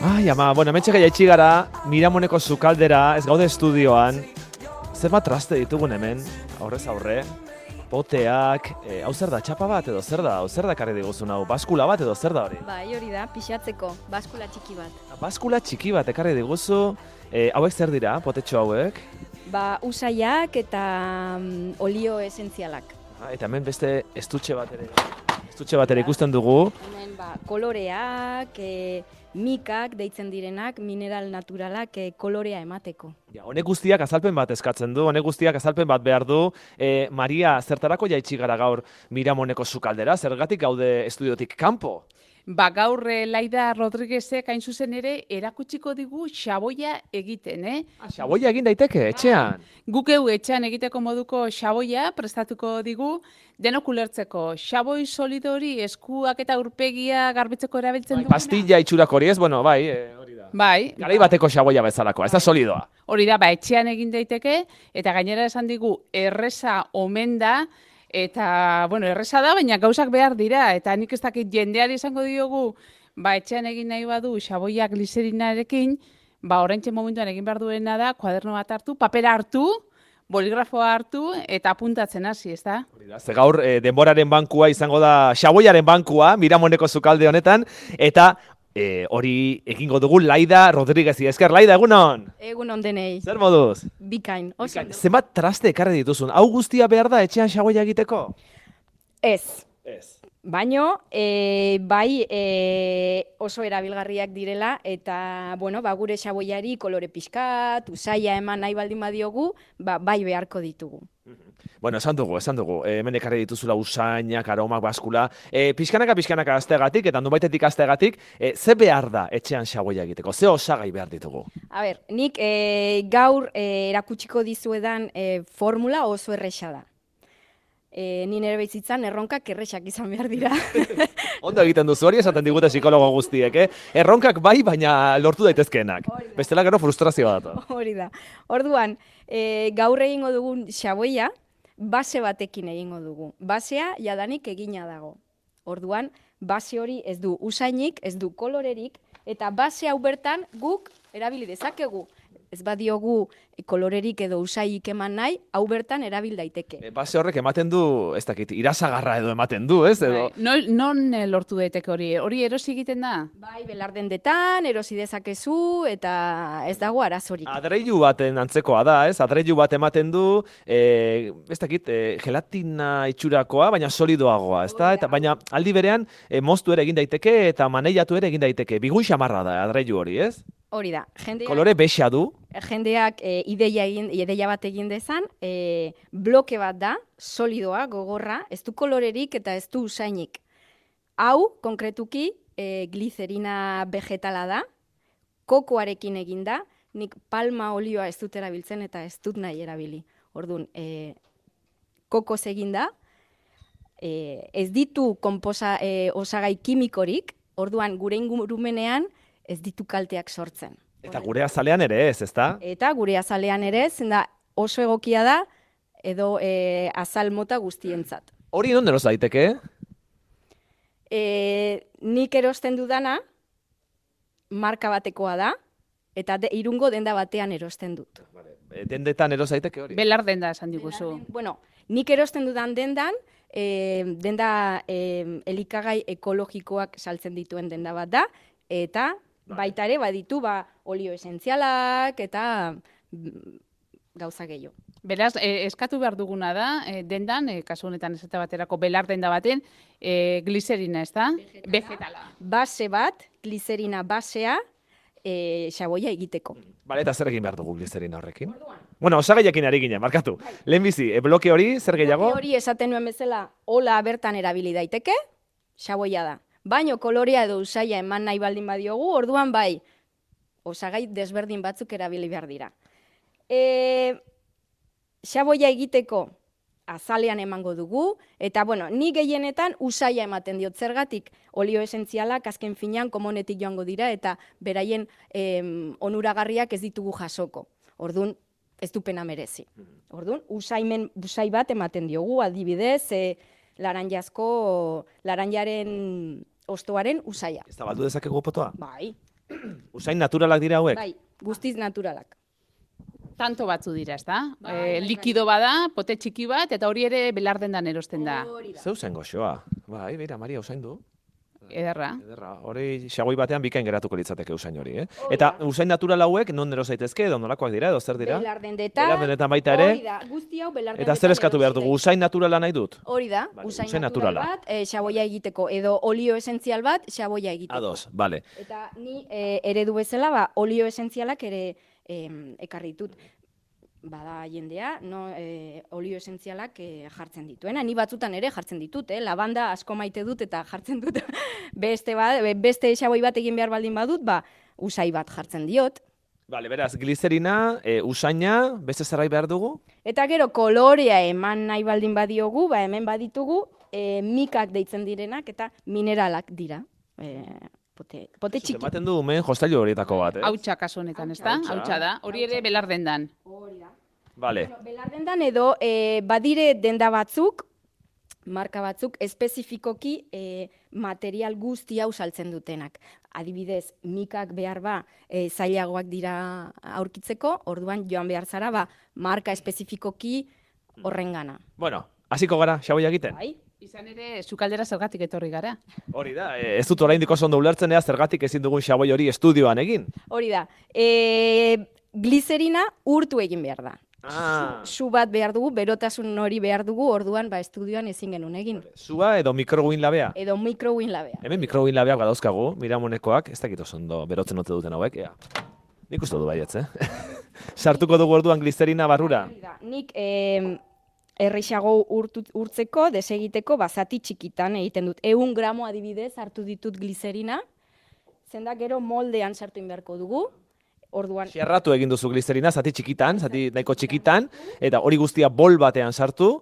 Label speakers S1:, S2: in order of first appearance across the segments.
S1: Ai, ama, bueno, mentxe gehi etxi gara, miramoneko zukaldera, ez gaude estudioan. Zenbat traste ditugun hemen, aurrez aurre. Poteak, eh, hau zer da, txapa bat edo zer da, hau zer da karri diguzun hau, baskula bat edo zer da hori?
S2: Bai, hori da, pixatzeko, baskula txiki bat.
S1: Baskula txiki bat ekarri diguzu, eh, hauek zer dira, potetxo hauek?
S2: Ba, usaiak eta mm, olio esentzialak.
S1: Ah, Eta hemen beste estutxe bat ere, estutxe bat ere ikusten dugu.
S2: Hemen, ba, koloreak, e, mikak deitzen direnak, mineral naturalak e, kolorea emateko.
S1: Ja, honek guztiak azalpen bat eskatzen du, honek guztiak azalpen bat behar du. Eh, Maria, zertarako jaitsi gara gaur miramoneko sukaldera, zergatik gaude estudiotik kanpo?
S3: Ba, gaur eh, Laida Rodriguezek hain zuzen ere erakutsiko digu xaboia egiten, eh?
S1: Xaboia egin daiteke, etxean.
S3: Guk eu etxean egiteko moduko xaboia prestatuko digu denok ulertzeko. Xaboi solido hori eskuak eta urpegia garbitzeko erabiltzen
S1: Bai,
S3: duguna.
S1: pastilla itxurak hori ez, bueno, bai, eh, hori da.
S3: Bai,
S1: Garai bateko xaboia bezalakoa, ez da solidoa.
S3: hori da, ba, etxean egin daiteke, eta gainera esan digu erreza omen da, eta, bueno, erreza da, baina gauzak behar dira, eta nik ez dakit jendeari esango diogu, ba, etxean egin nahi badu, xaboiak glizerinarekin, ba, orentxe momentuan egin behar duena da, kuaderno bat hartu, papera hartu, boligrafoa hartu, eta apuntatzen hasi, ez da?
S1: Hori da, Ze gaur eh, denboraren bankua izango da xaboiaren bankua, miramoneko zukalde honetan, eta eh, hori egingo dugu Laida Rodríguez. Ezker, Laida, egunon!
S2: Egun ondenei,
S1: Zer moduz?
S2: bikain, oso. ondo.
S1: Zenbat traste ekarri dituzun, hau guztia behar da etxean xaboia egiteko?
S2: Ez,
S1: Ez.
S2: baino, e, bai e, oso erabilgarriak direla, eta, bueno, ba, gure xaboiari kolore pixkat, usaia eman nahi baldin badiogu, ba, bai beharko ditugu.
S1: Bueno, esan dugu, esan dugu. Eh, Hemen ekarri dituzula usainak, aromak, baskula. E, pixkanaka, pixkanaka asteagatik, eta nubaitetik asteagatik, e, ze behar da etxean xaboia egiteko? Ze osagai behar ditugu?
S2: A ber, nik e, gaur e, erakutsiko dizuedan e, formula oso erresa da. E, ni nere bizitzan erronkak erresak izan behar dira.
S1: Ondo egiten duzu hori esaten digute psikologo guztiek, eh? Erronkak bai, baina lortu daitezkeenak.
S2: Hori da.
S1: Bestela gero frustrazioa dator.
S2: Hori da. Orduan, e, gaur egingo dugun xaboia, base batekin egingo dugu. Basea jadanik egina dago. Orduan, base hori ez du usainik, ez du kolorerik, eta base hau bertan guk erabili dezakegu. Ez badiogu kolorerik edo usaiik eman nahi, hau bertan erabil daiteke.
S1: E, base horrek ematen du, ez dakit, irasagarra edo ematen du, ez? Edo,
S3: Bai, non, non eh, lortu daiteke hori? Hori erosi egiten da?
S2: Bai, belardendetan, erosi dezakezu, eta ez dago arazorik.
S1: Adreilu baten antzekoa da, ez? Adreilu bat ematen du, e, ez dakit, e, gelatina itxurakoa, baina solidoagoa, ez da?
S2: Hori da.
S1: Eta, baina aldi berean, e, moztu ere egin daiteke eta maneiatu ere egin daiteke. Bigun xamarra da adreilu hori, ez?
S2: Hori da, jendeak,
S1: Kolore bexea du,
S2: jendeak e, ideia, egin, ideia bat egin dezan, e, bloke bat da, solidoa, gogorra, ez du kolorerik eta ez du usainik. Hau, konkretuki, e, glizerina vegetala da, kokoarekin egin da, nik palma olioa ez dut erabiltzen eta ez dut nahi erabili. Orduan, e, kokoz egin da, e, ez ditu konposa, e, osagai kimikorik, orduan gure ingurumenean ez ditu kalteak sortzen.
S1: eta gure azalean ere ez, ez da?
S2: Eta gure azalean ere, zen da oso egokia da, edo e, azal mota guztientzat.
S1: Hori non eros daiteke?
S2: E, nik erosten dudana, marka batekoa da, eta de, irungo denda batean erosten dut.
S1: E, Dendetan eros daiteke hori?
S3: Belar denda esan diguzu.
S2: Bueno, nik erosten dudan dendan, e, denda e, elikagai ekologikoak saltzen dituen denda bat da, eta baita ere baditu ba, olio esentzialak eta mm, gauza gehiago.
S3: Beraz, eh, eskatu behar duguna da, eh, dendan, eh, kasu honetan esate baterako belar denda baten, eh, glizerina, ez da? Vegetala.
S2: base bat, glizerina basea, e, xaboia egiteko.
S1: Bale, eta zer egin behar dugu glizerina horrekin? Bueno, osagaiakin ari ginen, markatu. Lehenbizi, e, bloke hori, zer gehiago?
S2: Bai. Bloke Hori esaten nuen bezala, hola bertan erabili daiteke, xaboia da. Baino kolorea edo usaia eman nahi baldin badiogu, orduan bai, osagai desberdin batzuk erabili behar dira. E, xaboia egiteko azalean emango dugu, eta bueno, ni gehienetan usaia ematen diot zergatik, olio esentzialak azken finean komonetik joango dira, eta beraien em, onuragarriak ez ditugu jasoko. Orduan, ez du pena merezi.
S1: Mm-hmm.
S2: Orduan, usaimen, usai bat ematen diogu, adibidez, e, laranjazko, laranjaren ostoaren usaia.
S1: Ez da, baldu dezakegu potoa?
S2: Bai,
S1: Usain naturalak dira hauek?
S2: Bai, guztiz naturalak.
S3: Tanto batzu dira, ezta?
S2: Bai,
S3: Eh,
S2: bai, Oh. bai.
S3: likido bada, pote txiki bat, eta hori ere belardendan erosten da.
S2: Hori da.
S1: Zeu zen goxoa. Bai, bera, Maria usain du.
S3: Ederra.
S2: Ah.
S1: Ederra, hori xagoi batean bikain geratuko litzateke usain hori, eh? Eta usain natural hauek non ero zaitezke, edo nolakoak dira, edo zer dira?
S2: Belardendeta.
S1: Belardendetan baita ere.
S2: Hori da, guzti hau belardendetan.
S1: Eta zer eskatu behar dugu,
S2: erosi
S1: usain naturala nahi dut?
S2: daiteke. Hori da,
S1: Vale,
S2: usain,
S1: usain
S2: natural
S1: naturala.
S2: bat, eh, xaboia egiteko, edo olio esentzial bat, xaboia egiteko.
S1: Ados, bale.
S2: Eta ni eh, eredu bezala, ba, olio esentzialak ere em, ekarri ditut. Bada jendea, no, eh, olio esentzialak eh, jartzen dituena. Ni batzutan ere jartzen ditut, eh? labanda asko maite dut eta jartzen dut. beste ba, beste xaboi bat egin behar baldin badut, ba, usai bat jartzen diot.
S1: Bale, beraz, glizerina, e, usaina, beste zerbait behar dugu?
S2: Eta gero kolorea eman nahi baldin badiogu, ba, hemen baditugu, eh, mikak deitzen direnak eta mineralak dira. Eh, pote, pote txiki.
S1: Ematen du, men, jostailu horietako bat, eh?
S3: Hautsa kasu honetan, ezta?
S1: Hautsa.
S3: Hautsa da. Hori ere belardendan.
S2: Hori da.
S1: Bale.
S2: Bueno, belardendan edo eh, badire denda batzuk, marka batzuk, espezifikoki eh, material guzti hau saltzen dutenak. Adibidez, mikak behar ba, eh, zailagoak dira aurkitzeko, orduan joan behar zara, ba, marka espezifikoki horrengana.
S1: Bueno, hasiko gara, xaboia egiten.
S2: Bai?
S3: Izan ere, sukaldera zergatik etorri gara.
S1: Hori da, e, ez dut oraindik oso ondo ulertzen ea zergatik ezin dugun xaboi hori estudioan egin.
S2: Hori da, eh, glizerina urtu egin behar da.
S1: Ah.
S2: Su bat behar dugu, berotasun hori behar dugu, orduan ba estudioan ezin genuen egin.
S1: Zua edo mikroguin labea?
S2: Edo mikrowin labea.
S1: Hemen mikroguin labeak badauzkagu, miramonekoak, ez dakit oso ondo berotzen ote duten hauek, ea. Nik uste du baietz, eh? Sartuko dugu orduan glizerina barrura.
S2: Hori da, nik eh, errexago urtu, urtzeko, desegiteko, bazati txikitan egiten dut. Eun gramo adibidez hartu ditut glizerina, zenda gero moldean sartu egin beharko dugu, orduan
S1: Xerratu egin duzu glizerina, zati txikitan, zati nahiko txikitan, eta hori guztia bol batean sartu,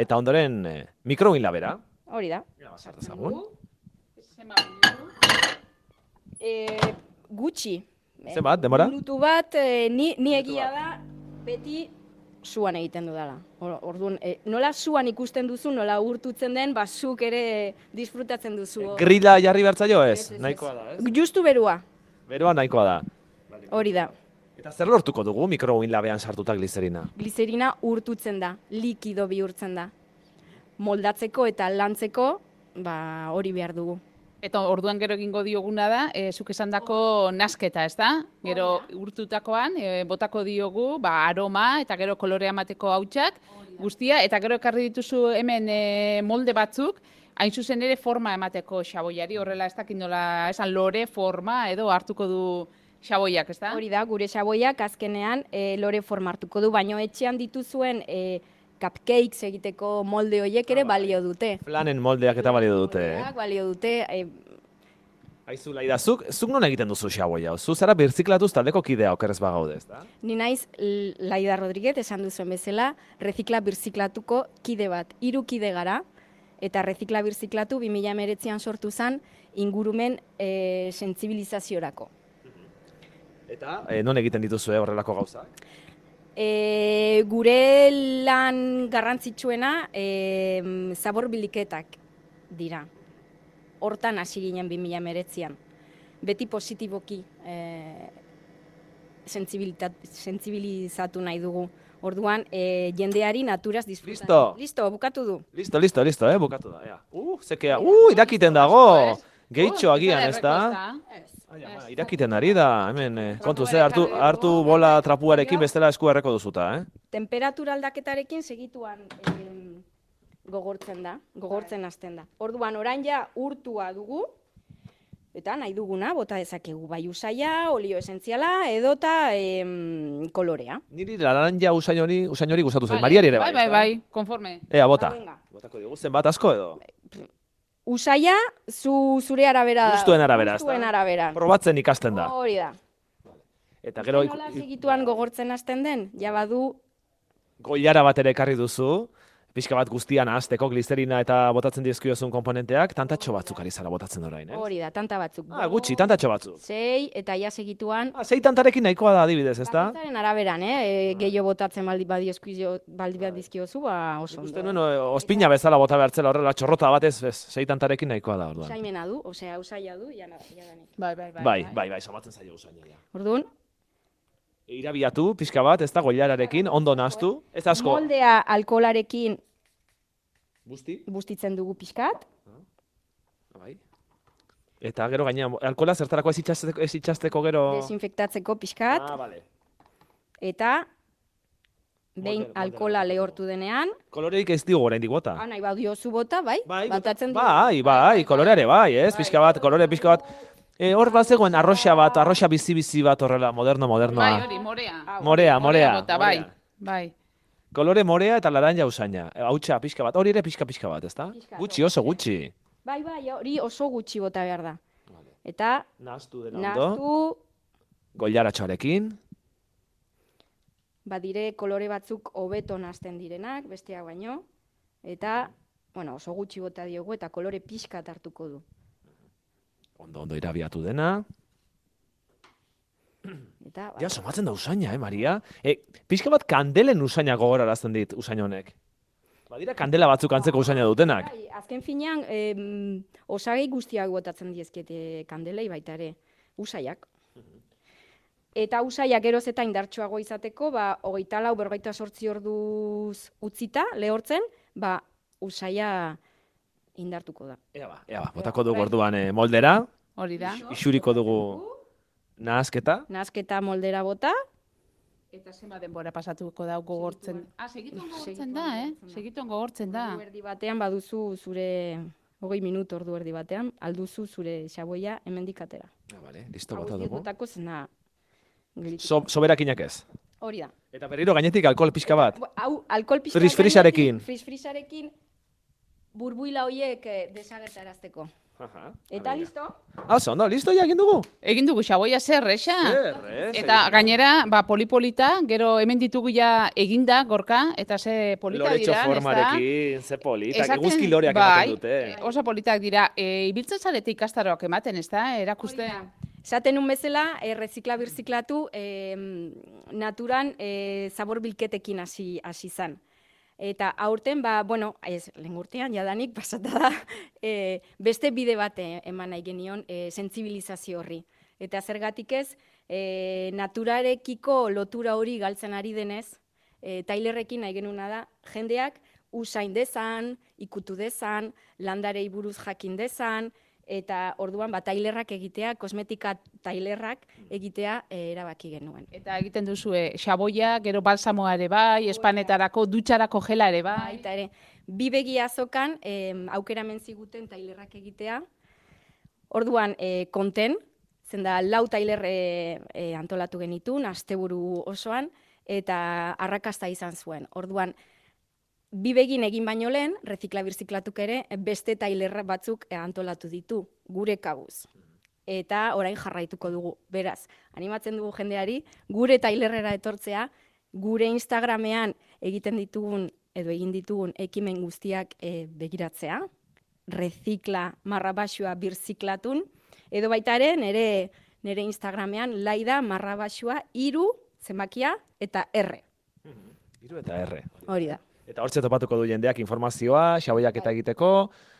S1: eta ondoren eh, mikroguin labera.
S2: hori da.
S1: Ea, bat sartezagun.
S2: Eh, gutxi. Eh,
S1: Zenbat, denbora?
S2: Minutu bat, eh, ni, ni egia
S1: bat.
S2: da, beti suan egiten dudala. Or, orduan, eh, nola suan ikusten duzu, nola urtutzen den, ba, zuk ere disfrutatzen duzu.
S1: Grila jarri bertzaio ez?
S2: Ez, ez, ez.
S1: Nahikoa da, ez?
S2: Justu berua,
S1: Beroa nahikoa da.
S2: hori da.
S1: Eta zer lortuko dugu mikroguin labean sartuta glizerina?
S2: glizerina urtutzen da, likido bihurtzen da. Moldatzeko eta lantzeko, ba, hori behar dugu.
S3: Eta orduan gero egingo dioguna da, e, zuk esandako nasketa, ez da? Gero urtutakoan, e, botako diogu, ba, aroma eta gero kolorea emateko hautsak, guztia, eta gero ekarri dituzu hemen e, molde batzuk, hain zuzen ere forma emateko xaboiari, horrela ez dakit nola, esan lore forma edo hartuko du xaboiak, ez da?
S2: Hori da, gure xaboiak azkenean e, lore formartuko du, baino etxean dituzuen e, cupcakes egiteko molde horiek
S1: Ah,
S2: ere
S1: bai.
S2: balio dute.
S1: Planen moldeak eta balio dute, eh?
S2: Moldeak Balio dute, e,
S1: Aizu, Laida, zuk, zuk non egiten duzu xaboia? Zu zara birziklatuz taldeko kidea okerrez bagaude, ezta?
S2: ni naiz L- Laida Rodríguez esan duzuen bezala, rezikla birziklatuko kide bat, hiru kide gara, eta rezikla birziklatu 2019an sortu zen ingurumen e, sentsibilizaziorako.
S1: Eta e, non egiten dituzue horrelako gauzak?
S2: E, gure lan garrantzitsuena e, mm, zabor biliketak dira. Hortan hasi ginen 2019an. Beti positiboki e, sentsibilita- sentsibilizatu nahi dugu. Orduan, e, jendeari naturaz disfrutatu.
S1: Listo.
S2: Listo, bukatu du.
S1: Listo, listo, listo, eh, bukatu da, ea. Uh, zekea, uh, irakiten dago! Gehitxo agian, ez da? Ai, ama, ba, Irakiten ari da, hemen, eh, kontu ze, hartu, hartu bola trapuarekin bestela esku erreko duzuta, eh?
S2: temperatura aldaketarekin segituan em, gogortzen da,
S1: Bai.
S2: gogortzen hasten da. Orduan orain ja urtua dugu eta nahi duguna bota dezakegu bai usaia, olio esentziala edota em, kolorea.
S1: Niri laranja usain hori, usain hori gustatu zait, Mariari ere
S3: Bai,
S1: bai.
S3: bai,
S1: ezta?
S3: bai, konforme.
S1: Ea, bota.
S2: Ba, venga.
S1: Botako digu zenbat asko edo?
S2: Usaia zu zure arabera dago.
S1: Gustuen arabera, ezta?
S2: Gustuen arabera.
S1: Probatzen ikasten da.
S2: Hori da.
S1: Eta gero Bai.
S2: Nola segituan gogortzen hasten den, ja badu
S1: goilara bat ere ekarri duzu, pixka bat guztian ahazteko glizerina eta botatzen dizkiozun komponenteak, tantatxo batzuk ari zara botatzen orain, eh?
S2: Hori da, tanta batzuk.
S1: Ah, gutxi, tantatxo batzuk.
S2: Sei, eta ia segituan,
S1: Ah, sei tantarekin nahikoa da adibidez, ezta?
S2: bakoitzaren araberan, eh? E, gehiago botatzen baldi badiozkizio, baldi badizkiozu, ba oso
S1: Bai. Nik
S2: ondo.
S1: Uste nuen, o- ospina bezala bota behartzela horrela txorrota batez, ez, sei tantarekin nahikoa da, orduan.
S2: Usaimena du, osea, usaia du, jana, jadanik.
S3: Bai, bai, bai.
S1: Bai, bai, bai, somatzen zaio usaina ja. E,
S2: Orduan,
S1: Irabiatu, pixka bat, ez da goiararekin, ondo nahaztu, ez asko,
S2: moldea alkolarekin
S1: guzti,
S2: bustitzen dugu pixkat,
S1: bai. Eta gero gainean, alkola zertarako ez itxasteko, ez itxasteko gero...
S2: desinfektatzeko pixkat,
S1: Oh. Ah, bale.
S2: eta behin
S1: Molde- molde
S2: alkola
S1: batean
S2: lehortu denean,
S1: Koloreik ez digu oraindik bota.
S2: ah, nahi badiozu bota, bai?
S1: Bai,
S2: Batatzen dugu.
S1: bai, bai, koloreare bai, ez, pixka bat, kolore pixka bat. E, hor bat zegoen arroxa bat, arroxa bizi-bizi bat horrela, moderno,
S3: Bai,
S1: modernoa.
S3: hori, morea.
S1: Ah, Morea, morea.
S3: bota, bai.
S1: morea.
S3: Bai.
S1: Kolore morea eta laranja usaina. E, Hautsa pixka bat, hori ere pixka pixka bat, ezta?
S2: Pixka,
S1: Gutxi, oso gutxi.
S2: Bai, bai, hori oso gutxi bota behar da. Eta
S1: Nastu dena ondo.
S2: nahaztu,
S1: Goiaratxoarekin.
S2: badire Ba, kolore batzuk hobeto nazten direnak, bestea baino, eta, bueno, oso gutxi bota diogu eta kolore pixka hartuko du.
S1: Ondo, ondo irabiatu dena.
S2: Eta, ba,
S1: Ja, somatzen da usaina, eh, Maria? E, pixka bat kandelen usaina gogorarazten dit usain honek. Badira kandela batzuk antzeko usaina dutenak.
S2: bai, azken finean, em, osagai guztiak botatzen diezkete kandelei baita ere, usaiak. Eta usaiak eroz eta indartsuago izateko, ba, hogeita lau, berrogeita sortzi orduz utzita, lehortzen, ba, usaia indartuko da.
S1: Ea ba, ea ba, botako dugu orduan eh, moldera,
S3: Hori da.
S1: isuriko dugu nahasketa.
S2: Nahasketa moldera bota,
S3: Eta zenba denbora pasatuko da gogortzen. Ah, segituan
S2: Segituan
S3: gogortzen da, eh?
S2: gogortzen da.
S3: Segituan gogortzen da.
S2: ordu erdi batean baduzu zure, hogei minutu ordu erdi batean, alduzu zure xaboia hemendik atera.
S1: Ah, bale, listo bota
S2: Agustik
S1: dugu.
S2: botako zena, gelditu.
S1: So, soberakinak ez.
S2: Hori da.
S1: Eta berriro gainetik alkohol pixka bat.
S2: Bu- Hau, alkohol pixka
S1: Fris- frisarekin.
S2: Fris-frisarekin burbuila horiek eh, desagertarazteko. Eta listo?
S1: Ah, ondo, listo ja egin dugu.
S3: Egin dugu xaboia zer, esa?
S1: Zer, ez?
S3: Ah. Eta gainera, ba, polipolita, gero hemen ditugu ja eginda, gorka, eta ze polita
S1: Loretxo
S3: dira,
S1: formarekin, ze polita,
S3: Esaten-
S1: eguzki loreak
S3: bai,
S1: ematen dute.
S3: eh, Oso politak dira, e, ibiltzen zarete ikastaroak ematen, ez da? Erakuste,
S2: Esaten un bezala, eh, rezikla birziklatu eh, naturan eh, zabor bilketekin hasi hasi zan. Eta aurten, ba, bueno, ez, lehen urtean, jadanik, pasata da, eh, beste bide bat eh, eman nahi genion eh, sentsibilizazio horri. Eta zergatik ez, eh, naturarekiko lotura hori galtzen ari denez, eh, tailerrekin nahi genuna da, jendeak usain dezan, ikutu dezan, landarei buruz jakin dezan, eta orduan ba, tailerrak egitea, kosmetika tailerrak egitea eh, erabaki genuen.
S3: eta egiten duzue, xaboia, gero balsamoa ere bai, espanetarako, dutxarako gela ere bai.
S2: Baita ere, bi begi azokan em, aukera hemen ziguten tailerrak egitea. Orduan, eh, konten, zenda lau tailer eh, eh, antolatu genitun, asteburu osoan, eta arrakasta izan zuen. Orduan, bi begin egin baino lehen, rezikla birziklatuk ere, beste tailerra batzuk eh, antolatu ditu, gure kabuz. Eta orain jarraituko dugu. Beraz, animatzen dugu jendeari, gure tailerrera etortzea, gure Instagramean egiten ditugun, edo egin ditugun ekimen guztiak eh, begiratzea, rezikla, marra basua birziklatun, edo baita ere nere, nere Instagramean laida marra basua iru, zenbakia, eta erre.
S1: Hiru eta erre.
S2: Hori da.
S1: Eta hortze topatuko du jendeak informazioa, xaboiak eta egiteko,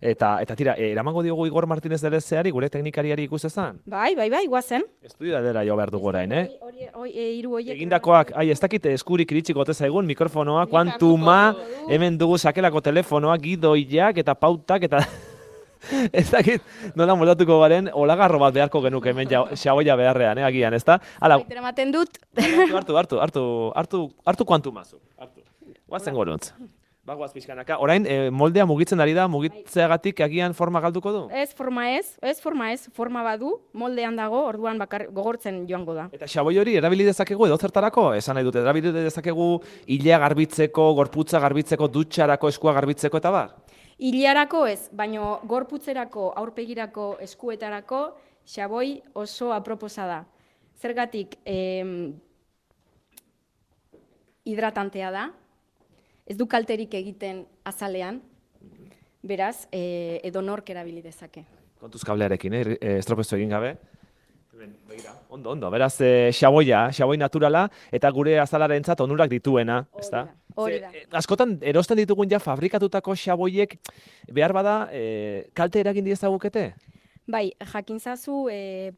S1: eta eta tira, eh, eramango diogu Igor Martínez zeari gure teknikariari ikus ezan.
S2: Bai, bai, bai, guazen.
S1: Estudio dela jo behar dugu orain, eh?
S3: Bai,
S2: Hori- hori- hori- e, hiru horiek
S1: Egindakoak, ai, ez dakit eskurik iritsiko ote zaigun, mikrofonoa, kuantuma, hemen dugu sakelako telefonoa, gidoiak eta pautak eta ez dakit nola moldatuko garen olagarro bat beharko genuke hemen ja- xaboia beharrean, eh, agian, ezta? Hala,
S2: Zerbait eramaten dut.
S1: hartu, hartu, hartu, hartu, hartu kuantuma zu. Hartu. Guazen goruntz. Bagoaz pixkanaka. Orain, eh, moldea mugitzen ari da, mugitzeagatik agian forma galduko du?
S2: Ez forma ez, ez forma ez, forma badu, moldean dago, orduan bakar gogortzen joango da.
S1: Eta xaboi hori erabili dezakegu edo zertarako? Esan nahi dute, erabili dezakegu ilea garbitzeko, gorputza garbitzeko, dutxarako, eskua garbitzeko eta bar?
S2: Ilarako ez, baino gorputzerako, aurpegirako, eskuetarako, xaboi oso aproposa da. Zergatik, em, hidratantea da, ez du kalterik egiten azalean, beraz, e, edo nork erabili dezake.
S1: Kontuz kablearekin, eh? irri- eh, estropezu egin gabe. Hemen, begira. Ondo, ondo, beraz, eh, xaboia, xaboi naturala, eta gure azalarentzat onurak dituena,
S2: Hori
S1: ezta?
S2: da, hori
S1: Ze,
S2: da.
S1: eh, askotan, erosten ditugun ja fabrikatutako xaboiek, behar bada, eh, kalte eragin diezagukete?
S2: Bai, jakin zazu, e,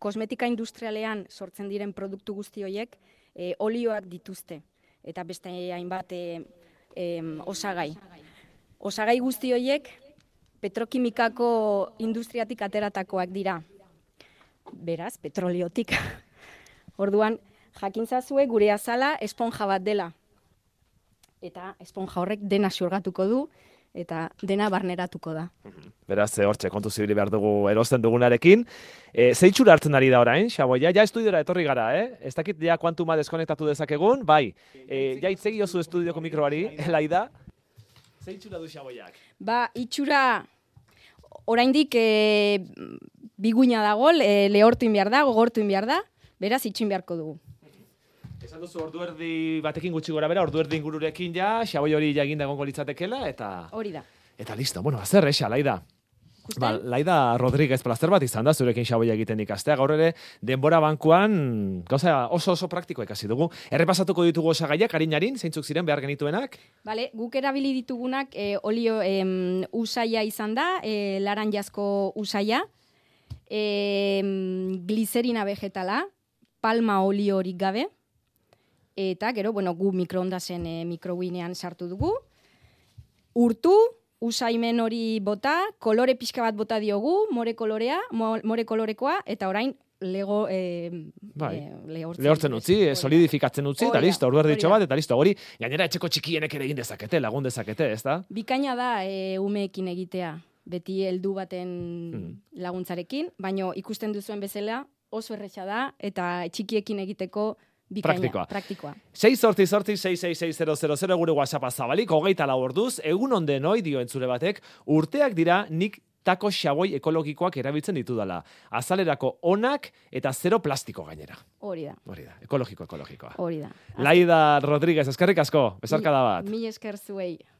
S2: kosmetika industrialean sortzen diren produktu guzti horiek e, olioak dituzte eta beste hainbat e, em, osagai. Osagai guzti horiek petrokimikako industriatik ateratakoak dira. Beraz, petroliotik. Orduan, jakin zazue gure azala esponja bat dela. Eta esponja horrek dena xurgatuko du eta dena barneratuko da.
S1: Beraz, eh, hortxe, kontu zibili behar dugu erosten dugunarekin. E, zeitxura hartzen ari da orain, xaboia, ja estudiora etorri gara, eh? Ez dakit ja kuantuma deskonektatu dezakegun, bai. E, ja itzegi oso estudioko mikroari, laida. Zeitxura du xaboiak?
S2: Ba, itxura oraindik e, biguina dago, e, lehortu in behar da, gogortu in behar da, beraz itxin beharko dugu.
S1: Esan duzu ordu erdi batekin gutxi gora bera, ordu erdi ingururekin ja, xaboi hori ja eginda egongo litzatekela, eta...
S2: Hori da.
S1: Eta listo, bueno, azer, esa, laida.
S2: Ikusten?
S1: Ba, Laida Rodríguez plazer bat izan da zurekin xaboia egiten ikastea. Gaur ere, denbora bankuan gauza oso oso praktikoa ikasi dugu. Errepasatuko ditugu osagaiak, harinarin, zeintzuk ziren behar genituenak.
S2: Bale, guk erabili ditugunak e, olio em, usaia izan da, e, laranjazko usaia, em, glizerina vegetala, palma olio horik gabe, eta gero, bueno, gu mikroondasen e, mikrowinean sartu dugu. Urtu, usaimen hori bota, kolore pixka bat bota diogu, more kolorea, mo- more kolorekoa, eta orain lego, em,
S1: Bai.
S2: eh, lehortzen,
S1: Lehortzen utzi, eh,
S2: Hori da.
S1: solidifikatzen utzi, eta
S2: Hori da,
S1: listo, ordu
S2: hori
S1: erditxo
S2: da.
S1: bat, eta listo, hori, gainera etxeko txikienek ere egin dezakete, lagun dezakete, ez da?
S2: Bikaina da e, umeekin egitea, beti heldu baten
S1: Mhm.
S2: laguntzarekin, baino ikusten duzuen bezala oso erresa da eta txikiekin egiteko bikaina,
S1: Praktikoa.
S2: praktikoa.
S1: 6 sorti sorti 66600 gure WhatsAppa zabalik, hogeita lau orduz, egun onden hoi dio entzule batek, urteak dira nik tako xaboi ekologikoak erabiltzen ditudala. Azalerako onak eta zero plastiko gainera.
S2: Hori da,
S1: Hori da,
S2: Oh.
S1: ekologiko, ekologikoa.
S2: hori da.
S1: Laida Rodríguez, eskerrik asko, bezarka da bat.
S2: Mi esker zuei.